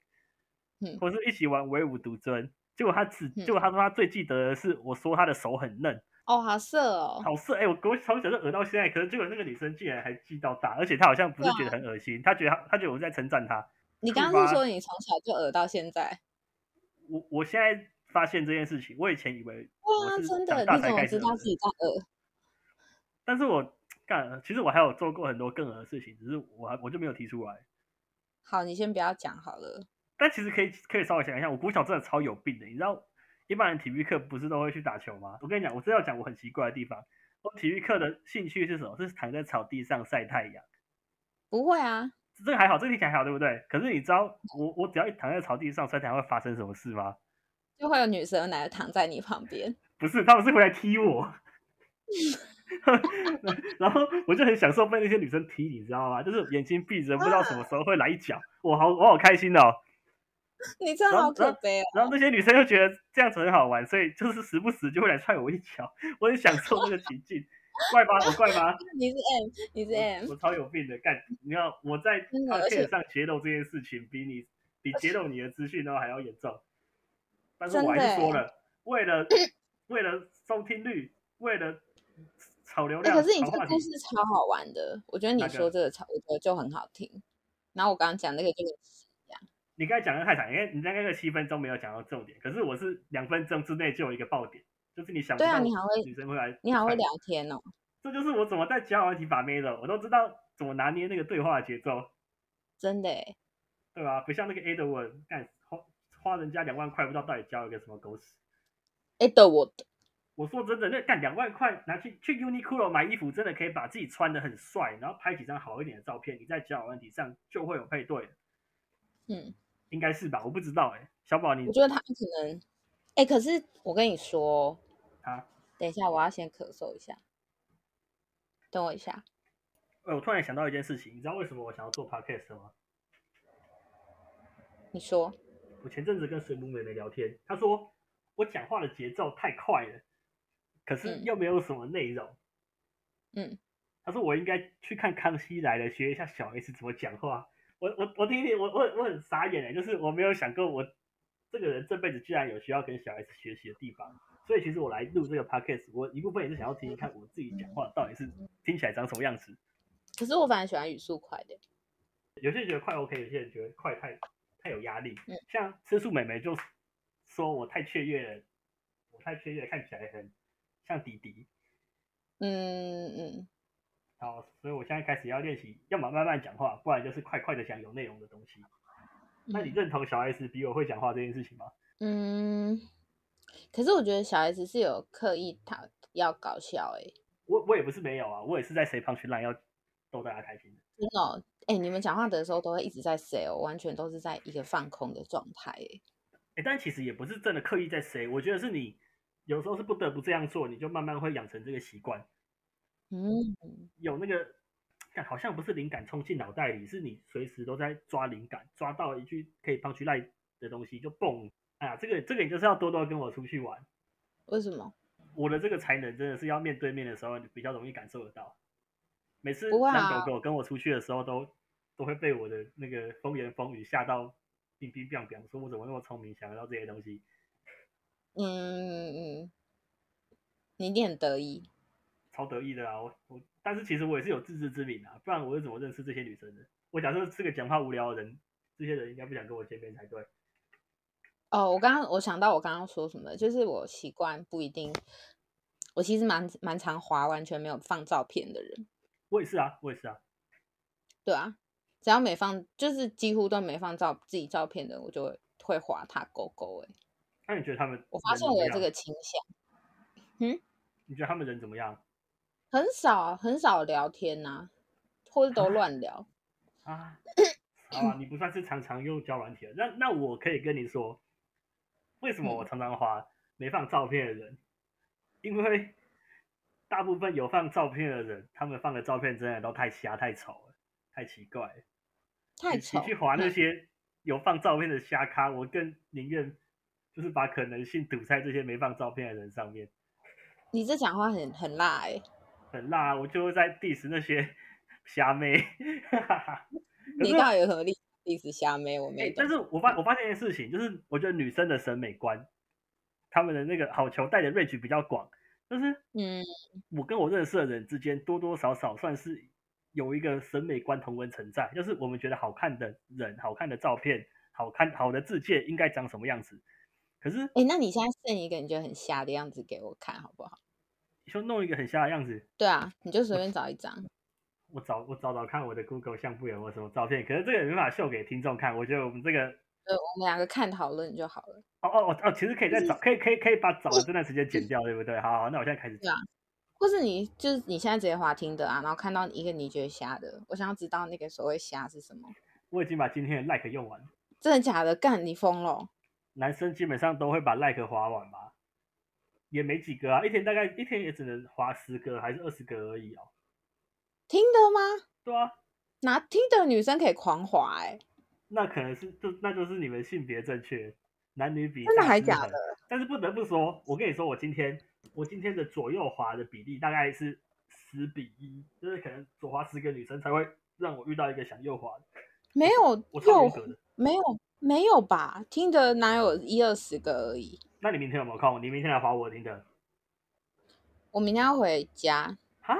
嗯
或是一起玩唯舞独尊。结果她只，
嗯
结果她说她最记得的是我说她的手很嫩，
哦，好色哦。
好色哎、我我从小就恶到现在，可是结果那个女生竟然还记到大，而且她好像不是
啊
觉得很恶心，她觉得她她觉得我在称赞她。
你
酷
刚刚
吧
是说你从小就恶到现在？
我我现在发现这件事情，我以前以为
哇
我，是
真的，
长
你
大
怎
才
么
开始
知
恶
道
的
自己在恶？
但是我干，其实我还有做过很多更恶的事情，只是我还我就没有提出来。
好，你先不要讲好了。
但其实可以可以稍微想一下，我国小真的超有病的，你知道，一般人体育课不是都会去打球吗？我跟你讲，我真的要讲我很奇怪的地方，我体育课的兴趣是什么？是躺在草地上晒太阳。
不会啊，
这个还好，这个听起来还好，对不对？可是你知道，我我只要一躺在草地上晒太阳会发生什么事吗？
就会有女生来躺在你旁边。
不是，他们是回来踢我。 然后我就很享受被那些女生踢，你知道吗？就是眼睛闭着，不知道什么时候会来一脚，我好我好开心哦。
你真的
然
好
后
可悲哦！
然后那些女生又觉得这样子很好玩，所以就是时不时就会来踹我一脚，我很享受那个情境。怪吧，我怪吧，
你是 M，你是 M，
我我超有病的，干！你看我在
真的而
podcast
且
上揭露这件事情，比你比揭露你的资讯都还要严重。但是
真
我还
的
是说
欸
了，为 了为了收听率，为了炒流
哎、
量，
可是你
炒
这
话
个
题
故事超好玩的，我觉得你
哪个
说这个超，我觉得就很好听。然后我刚刚讲那个就跟
你刚才讲的太长，因为你大概七分钟没有讲到重点，可是我是两分钟之内就有一个爆点，就是你想不
对啊
到
你还会
女生会来，
你好会聊天哦，
这就是我怎么在交友软体把妹的，我都知道怎么拿捏那个对话的节奏，
真的哎，
对吧？不像那个 A 的我干花花人家两万块，不知道到底交了个什么狗屎。
哎的我的
我说真的，那干两万块拿去去 Uniqlo 买衣服，真的可以把自己穿的很帅，然后拍几张好一点的照片，你在交友软体上就会有配对了，
嗯，
应该是吧？我不知道哎、小宝你
我觉得他可能，哎、可是我跟你说，
啊，
等一下我要先咳嗽一下，等我一下，
哎，我突然想到一件事情，你知道为什么我想要做 podcast 吗？
你说
我前阵子跟水母妹妹聊天，她说我讲话的节奏太快了，可是
嗯
又没有什么内容。
嗯，
她说我应该去看《康熙来了》，学一下小 S 怎么讲话。我我我听听，我我我很傻眼哎，就是我没有想过我这个人这辈子居然有需要跟小 S 学习的地方。所以其实我来录这个 podcast，我一部分也是想要听听看我自己讲话到底是听起来长什么样子。
可是我反而喜欢语速快的，
有些人觉得快 OK，有些人觉得快太太有压力。
嗯
像吃素美眉就说我太雀跃了，我太雀跃，看起来很像弟弟。
嗯嗯，
好，所以我现在开始要练习，要么慢慢讲话，不然就是快快的讲有内容的东西。那你
嗯
认同小 S 比我会讲话这件事情吗？
嗯，可是我觉得小 S 是有刻意他要搞笑哎、
我我也不是没有啊，我也是在谁胖去烂要逗大家开心的。
真的哦、哎、你们讲话的时候都会一直在 say 哦，完全都是在一个放空的状态哎。
哎，但其实也不是真的刻意在谁，我觉得是你有时候是不得不这样做，你就慢慢会养成这个习惯。
嗯，
有那个，干好像不是灵感冲进脑袋里，是你随时都在抓灵感，抓到一句可以帮去赖的东西就蹦。哎呀，这个这个你就是要多多跟我出去玩，
为什么？
我的这个才能真的是要面对面的时候你比较容易感受得到。每次
不会
养
啊
狗狗跟我出去的时候都，都会被我的那个风言风语吓到，冰冰冰冰，说我怎么那么聪明，想得到这些东西。
嗯嗯，你一定很得意。
超得意的啊！我我，但是其实我也是有自知之明啊，不然我是怎么认识这些女生的？我假设是个讲话无聊的人，这些人应该不想跟我见面才对。
哦，我刚刚我想到我刚刚说什么，就是我习惯不一定，我其实蛮蛮常滑完全没有放照片的人，
我也是啊，我也是啊。
对啊，只要没放，就是几乎都没放照自己照片的，我就会会滑他勾勾哎、
那你觉得他们？
我发现我有这个。倾向，
你觉得他们人怎么样
很少很少聊天呐、或者都乱聊。
啊？好啊，你不算是常常用交软体的。那那我可以跟你说，为什
嗯
么我常常滑没放照片的人？因为大部分有放照片的人，他们放的照片真的都太瞎、太丑了，太奇怪了。
太
你
丑
你去划那
嗯
些有放照片的瞎咖，我更宁愿就是把可能性赌在这些没放照片的人上面，
你这讲话很很辣 哎、
很辣啊。我就会在 diss 那些 瞎 妹。可
你
是
到底有什么例例子瞎妹？我
哎、
没懂
但。是我发我发现一件事情，就是我觉得女生的审美观，她们的那个好球带的 range 比较广，就是
嗯，
我跟我认识的人之间多多少少算是有一个审美观同温存在，就是我们觉得好看的人、好看的照片、好看好的自介应该长什么样子。可是
哎、那你现在剩一个你觉得很瞎的样子给我看好不好？
你说弄一个很瞎的样子，
对啊，你就随便找一张。
我找我找找看我的 Google 相簿有没有什么照片，可是这个也没办法秀给听众看。我觉得我们这个
对，呃我们两个看讨论就好了。
哦哦哦哦，其实可以再
就是
找，可以可以可以把找的这段时间剪掉，对不对？好好，那我现在开始
对啊或是你就是你现在直接滑听的啊，然后看到一个你觉得瞎的，我想要知道那个所谓瞎是什么？
我已经把今天的 like 用完了。
真的假的？干你疯了！
男生基本上都会把 like 划完吧，也没几个啊，一天大概一天也只能划十个还是二十个而已哦。
听的吗？
对啊，
拿听的女生可以狂滑哎、
那可能是就那就是你们性别正确，男女比
真的
大
还
失
假
衡
的？
但是不得不说，我跟你说，我今天我今天的左右滑的比例大概是十比一，就是可能左滑十个女生才会让我遇到一个想右滑的，
没有
我超严
右
格的。
没有没有吧？听的哪有一二十个而已？
那你明天有没有空？你明天来划我听的
我明天要回家，
哈，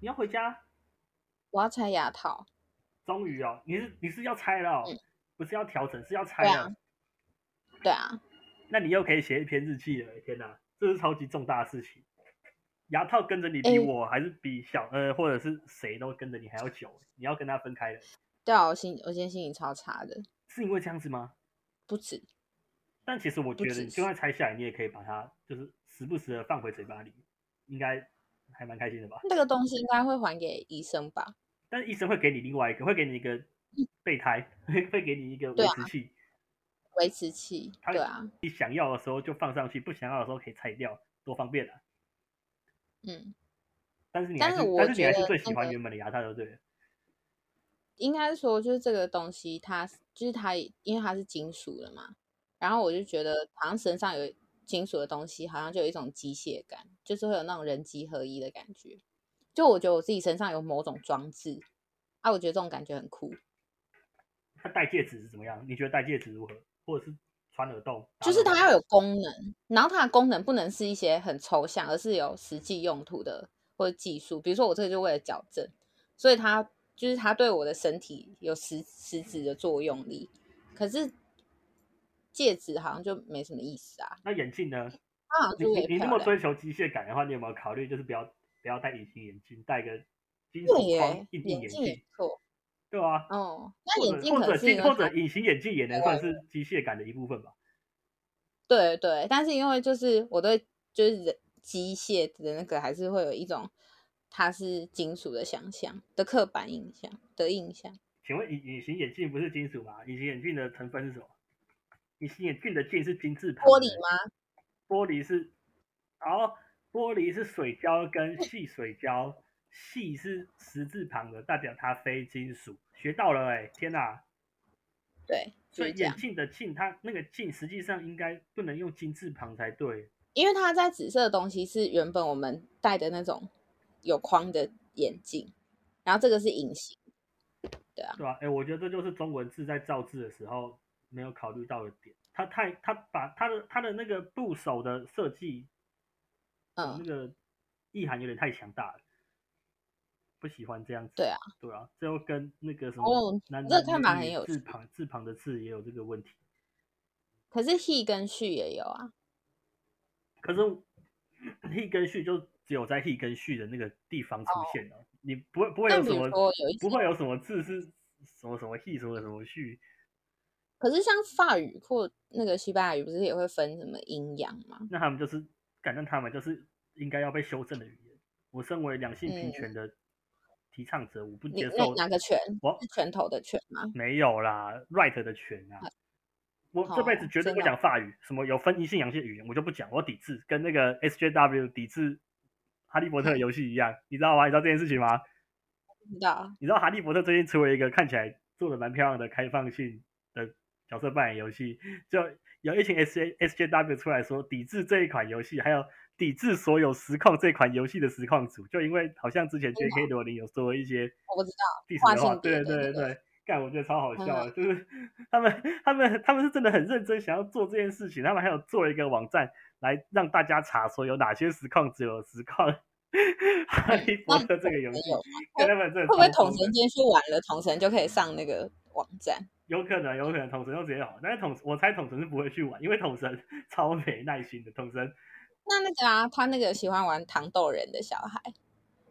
你要回家？
我要拆牙套。
终于哦，你是你是要拆了、哦
嗯，
不是要调整，是要拆
对
了。
啊对啊，
那你又可以写一篇日记了，天哪，这是超级重大的事情。牙套跟着你比
哎
我，还是比小呃，或者是谁都跟着你还要久，欸你要跟他分开的，
对啊，我心我今天心情超差的，
是因为这样子吗？
不止。
但其实我觉
不
得，
只
你就算拆下来，你也可以把它就是时不时的放回嘴巴里，应该还蛮开心的吧？
那个东西应该会还给医生吧？
但是医生会给你另外一个，会给你一个备胎， 会给你一个维
对啊
持器，
维持器，
它
对啊，
你想要的时候就放上去，不想要的时候可以拆掉，多方便啊！
嗯，
但是你还
但
是，
是我
但是你还
觉
是
得
最喜
那
欢
个
原本的牙套，就对了。
应该说就是这个东西它，就是它，因为它是金属的嘛，然后我就觉得好像身上有金属的东西，好像就有一种机械感，就是会有那种人机合一的感觉。就我觉得我自己身上有某种装置，啊，我觉得这种感觉很酷。
他戴戒指是怎么样？你觉得戴戒指如何？或者是穿耳洞？打
就是
耳洞
它要有功能，然后它的功能不能是一些很抽象，而是有实际用途的或者技术。比如说我这个就为了矫正，所以它就是它对我的身体有实实质的作用力。可是戒指好像就没什么意思啊，
那眼镜呢？
它好像
你
就为
你
了
你那
漂
么
亮。
追求机械感的话，你有没有考虑就是不要不要戴隐形眼镜，戴个金属
对
框
耶，
硬
眼
眼
镜也
镜？
不错
对啊，
哦。那
或
眼
者
镜
或
可
者
能是
镜
因为
或者
它
隐形眼镜也能算是机械感的一部分吧。
对对，但是因为就是我对就是人机械的那个还是会有一种它是金属的想象的刻板印象的印象。
请问隐隐形眼镜不是金属吗？隐形眼镜的成分是什么？隐形眼镜的镜是金字旁，
玻璃吗？
玻璃是，然后玻璃是水胶跟细水胶，细是十字旁的，代表它非金属。学到了哎、天哪！
对，就
所以
是这
眼
样。
镜的镜，它那个镜实际上应该不能用金字旁才对。
因为它在紫色的东西是原本我们戴的那种有框的眼镜，然后这个是隐形。
对吧、啊？哎，我觉得这就是中文字在造字的时候没有考虑到的点。它太，它把它的它的那个部首的设计，那
嗯，
个意涵有点太强大了。不喜欢这样子。
对啊，
对啊，这又跟那个什
哦
么男
这
男
看法
女
很
女
有
字
趣
旁字旁的字也有这个问题。
可是 he 跟 she 也有啊，
可是 he 跟 she 就只有在 he 跟 she 的那个地方出现了、你不会不会有
但哦比
什
如
么
说有一些
不会有什么字是什么什么 he 什么什么 she
可是像法语或那个西班牙语，不是也会分什么阴阳吗？
那他们就是感觉他们就是应该要被修正的语言。我身为两性平权的提倡者，我不
嗯你
接
那
受
哪个拳？
我
是拳头的拳吗？
没有啦，right 的权啊。我这辈子
哦
绝对
真
不
的哦
讲法语，什么有分阴性阳性的语言，我就不讲，我抵制，跟那个 SJW 抵制《哈利波特》游戏一样，你知道吗？你知道这件事情吗？
不知道，啊
你知道《哈利波特》最近出了一个看起来做的蛮漂亮的开放性的角色扮演游戏，就有一群 S J S J W 出来说抵制这一款游戏，还有抵制所有实况这款游戏的实况组，就因为好像之前 J K 罗琳有说一些
啊我知
第
划
十的话，
性别
对
的
对
那个
对，干我觉得超好笑
嗯
的，就是他们他们他们是真的很认真想要做这件事情，他们还有做一个网站来让大家查说有哪些实况只有实况 哈利波特这个游戏
没有，
跟他们真的
会不会
超
统
疯的
神今天去玩了，统神就可以上那个网站？
有可能，有可能统神就直接好，但是统我猜统神是不会去玩，因为统神 超没耐心的，统神
那那个啊，他那个喜欢玩糖豆人的小孩，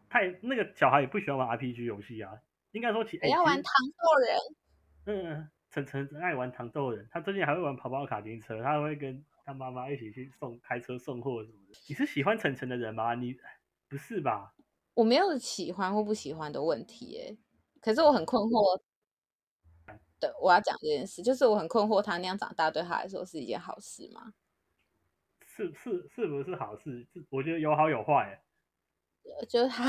太那个小孩也不喜欢玩 RPG 游戏啊，应该说其
我
哎
要玩糖豆人，
嗯，晨晨很爱玩糖豆人，他最近还会玩跑跑卡丁车，他还会跟他妈妈一起去送开车送货什么的。你是喜欢晨晨的人吗？你不是吧？
我没有喜欢或不喜欢的问题耶、可是我很困惑。对，我要讲这件事，就是我很困惑，他那样长大对他来说是一件好事吗？
是是是不是好事？是我觉得有好有坏、欸
呃就是他，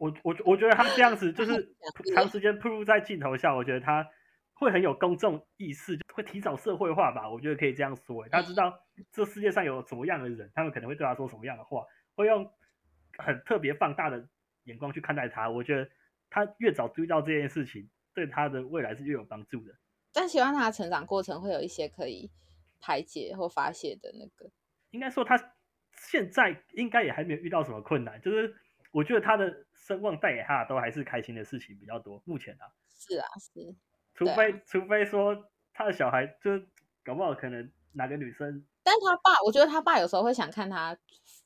我我我觉得他这样子就是
对
长时间暴露在镜头下，我觉得他会很有公众意识，会提早社会化吧。我觉得可以这样说、欸，他知道这世界上有什么样的人，他们可能会对他说什么样的话，会用很特别放大的眼光去看待他。我觉得他越早注意到这件事情，对他的未来是越有帮助的。
但希望他的成长过程会有一些可以排解或发泄的那个。
应该说他现在应该也还没有遇到什么困难，就是我觉得他的声望带给他的都还是开心的事情比较多。目前啊。
是啊，是，
除
对啊
非、除非说他的小孩就是搞不好可能哪个女生
但他爸，我觉得他爸有时候会想看他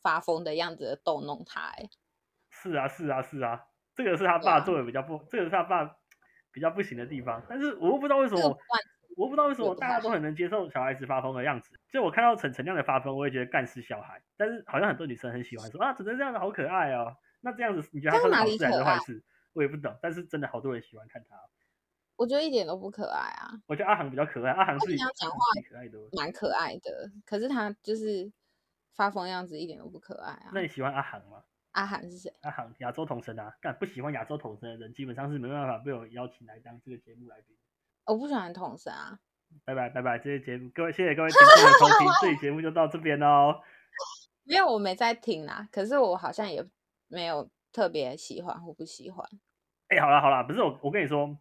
发疯的样子，逗弄他、欸。
是啊是啊是啊，这个是他
对
爸
啊
做的比较不，这个是他爸比较不行的地方。但是我又不知道为什
这个不
么，
算
我不知道为什
这
么
个不
大家
太
都很能接受小孩子发疯的样子。就我看到晨晨那样的发疯，我也觉得干死小孩。但是好像很多女生很喜欢说啊，晨晨这样的好可爱哦。那这样子你觉得他
这
算
样
是
哪
好事还
里
是
可
坏
爱
事？我也不懂。但是真的好多人喜欢看他。哦
我觉得一点都不可爱啊，
我觉得阿航比较可爱，阿航
他
是
平常讲话
比可爱哦多了。
蛮可爱的。可是他就是发疯样子，一点都不可爱啊
那。你喜欢阿航吗？
阿涵是谁？
啊，好，亚洲同神啊，干不喜欢亚洲同神的人，基本上是没办法被我邀请来当这个节目来宾。
我不喜欢童神啊。
拜拜拜拜，这些节目，各位谢谢各位听众的收听，这期节目就到这边喽。
没有，我没在听啦。可是我好像也没有特别喜欢或不喜欢。
哎、好了好了，不是我，我跟你说，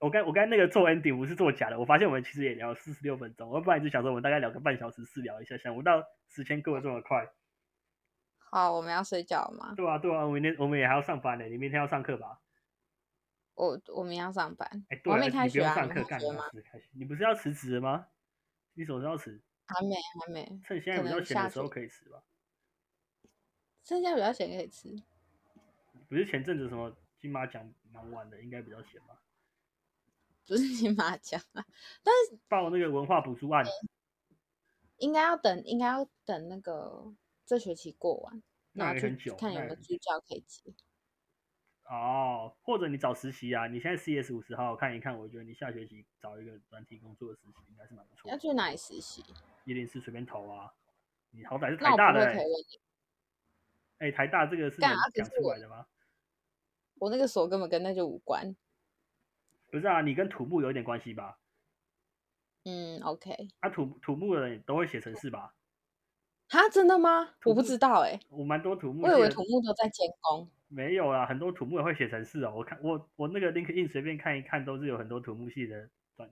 我刚我刚才那个做 ending 不是做假的，我发现我们其实也聊了四十六分钟，我本来就想说我们大概聊个半小时私聊一下，想不到时间过得这么快。
好，我们要睡觉了吗？
对啊对啊，我明天我们也还要上班呢、你明天要上课吧？
我我明天要上班，
哎、
我
对、啊，
还没
你
开
不
学
用
啊，
上
你
课
们开
干
学
嘛
吗？
事？开学？你不是要辞职了吗？你什么时候辞？
还没，还没，
趁现在
可
比较
能
闲的
下
时候
学
可以辞吧。
剩下比较闲可以吃。
不是前阵子什么金马奖蛮晚的，应该比较闲吧？
不是金马奖啊，
报那个文化补助案，
应该要等，应该要等那个这学期过完，然
那
后
也
去
很久，
看有
那
没
也
有
很久
助教可以接。
哦，或者你找实习啊，你现在 CS 五十号看一看，我觉得你下学期找一个专题工作的实习应该是蛮不错
要
的。
去哪里实习？
一零四随便投啊，你好歹是
那
台
我
大
不
的、
会
欸
投，文理，
哎、台大这个是
干
能
啊可
讲
是
出
我
来的吗？
我那个所根本跟那就无关。
不是啊，你跟土木有一点关系吧？
嗯，OK，
啊，土土木的人都会写程式吧？
哈，真的吗？
土
我不
木
知道哎、
我蛮多土木
我
系的，
以为土木都在监工。
没有啦，很多土木也会写程式哦。我看我我那个 LinkedIn 随便看一看，都是有很多土木系的专，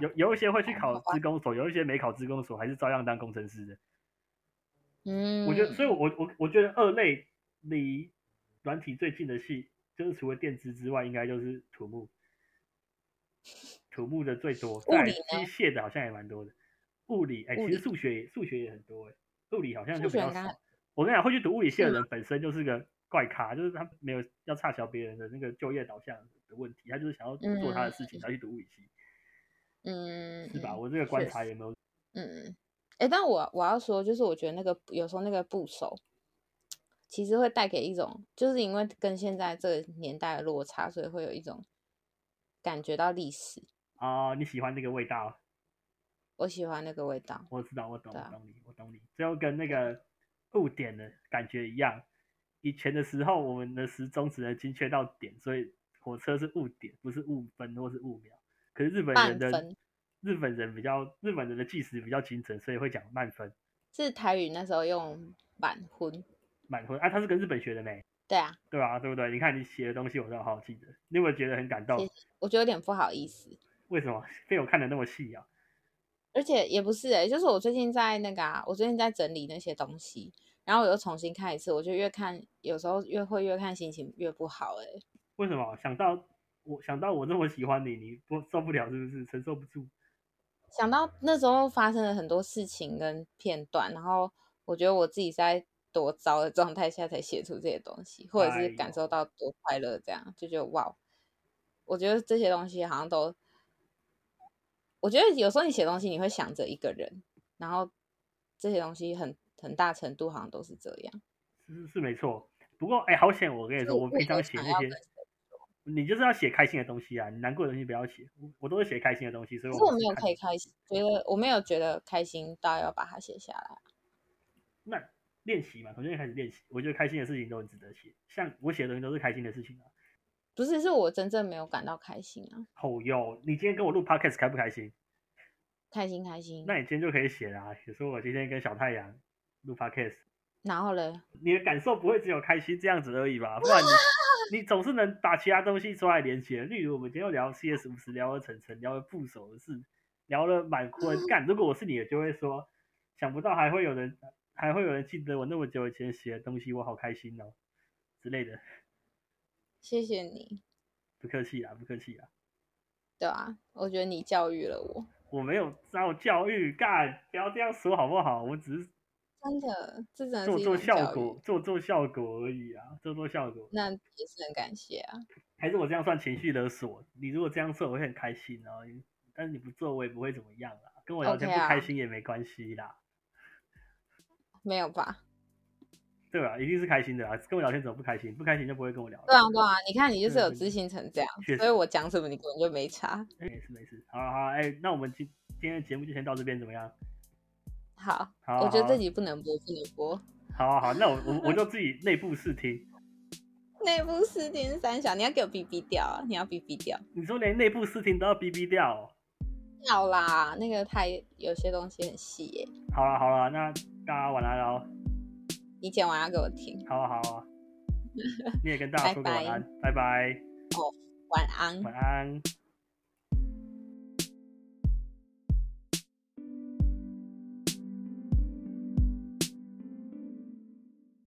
有有一些会去考
好吧
职工所，有一些没考职工所，还是照样当工程师的。
嗯，
我觉得，所以我我我觉得二类离软体最近的系，就是除了电子之外，应该就是土木，土木的最多，
物
在
理
机械的好像也蛮多的。物理，哎、
物
其实
理
数学也数学也很多、哎，物理好像
数
就比
学嗯
较
应该
少。我跟你讲，会去读物理系的
是
人本身就是个怪咖，就是他没有要差小别人的那个就业导向的问题，他就是想要做他的事情，才去读物理系，
嗯，
是吧？
嗯
我这个观
确
察
实
有没有？
嗯，哎、但我我要说，就是我觉得那个有时候那个部首，其实会带给一种，就是因为跟现在这个年代的落差，所以会有一种感觉到历史。
啊、你喜欢这个味道？
我喜欢那个味道，
我知道，我懂，
对
我
啊
懂你，我懂你。最后跟那个误点的感觉一样，以前的时候我们的时钟只能精确到点，所以火车是误点，不是误分或是误秒。可是日本人
慢
的
分
日本人比较日本人的计时比较精准，所以会讲慢分
是台语那时候用板婚，
慢分啊，他是跟日本学的没？
对啊，
对啊，对不对？你看你写的东西，我都好好记得。你有没有觉得很感动
谢？我觉得有点不好意思。
为什么被我看的那么细啊？
而且也不是哎、就是我最近在那个啊，我最近在整理那些东西，然后我又重新看一次，我就越看，有时候越会越看心情越不好哎、
为什么想到我想到我这么喜欢你，你不受不了是不是？承受不住？
想到那时候发生了很多事情跟片段，然后我觉得我自己在多糟的状态下才写出这些东西，或者
哎
是感
呦
受到多快乐，这样就觉得哇，我觉得这些东西好像都，我觉得有时候你写东西你会想着一个人，然后这些东西很很大程度好像都是这样。
是是没错。不过哎、好险！我跟你
就是
说，我
为
平常
何
写
想
那
要
些
跟谁，
你就是要写开心的东西啊，你难过的东西不要写。我我都是写开心的东西，所以
可
我
是我
每
没
次
有
看
可以开心，觉得我没有觉得开心到要把它写下来。
那练习嘛，从现在开始练习。我觉得开心的事情都很值得写，像我写的东西都是开心的事情啊。
不是，是我真正没有感到开心啊，
哦哟，你今天跟我录 podcast 开不开心？
开心开心。
那你今天就可以写啦、啊。比如说我今天跟小太阳录 podcast，
然后嘞，
你的感受不会只有开心这样子而已吧？不然 你你总是能把其他东西抓来连接。例如我们今天又聊 CS 五十，聊了晨晨，聊了部首的事，聊了满 坤。干，如果我是你，也就会说，想不到还会有人还会有人记得我那么久以前写的东西，我好开心哦之类的。
谢谢你，
不客气啊，不客气啊，
对啊，我觉得你教育了我，
我没有遭教育，干，不要这样说好不好？我只是
真的，这真的是
做
一
做
种
效
教育
果，做做效果而已啊，做做效果。
那也是很感谢啊。
还是我这样算情绪勒索？你如果这样做，我会很开心哦。但是你不做，我也不会怎么样啦。跟我聊天
OK
不
啊
开心也没关系啦
没有吧？
对吧？一定是开心的啦。跟我聊天怎么不开心？不开心就不会跟我聊了。
对啊，对啊，你看你就是
对
有
对
自信成这样
确，
所以
实
我讲什么你根本就没差。
哎没事没事，好了好了，哎、那我们今今天的节目就先到这边，怎么样？
好，
好啊，
我觉得
好啊
这集不能播，不能播。
好啊好，那我我我就自己内部试听。
内部四天三小，你要给我哔哔掉啊！你要哔哔掉，
你说连内部试听都要逼逼掉哦、
要啦，那个太有些东西很细耶、
好了好了，那大家晚安喽。
你剪完要给我听。
好啊好 啊，你也跟大家说个晚安，拜拜，
晚安。
晚安。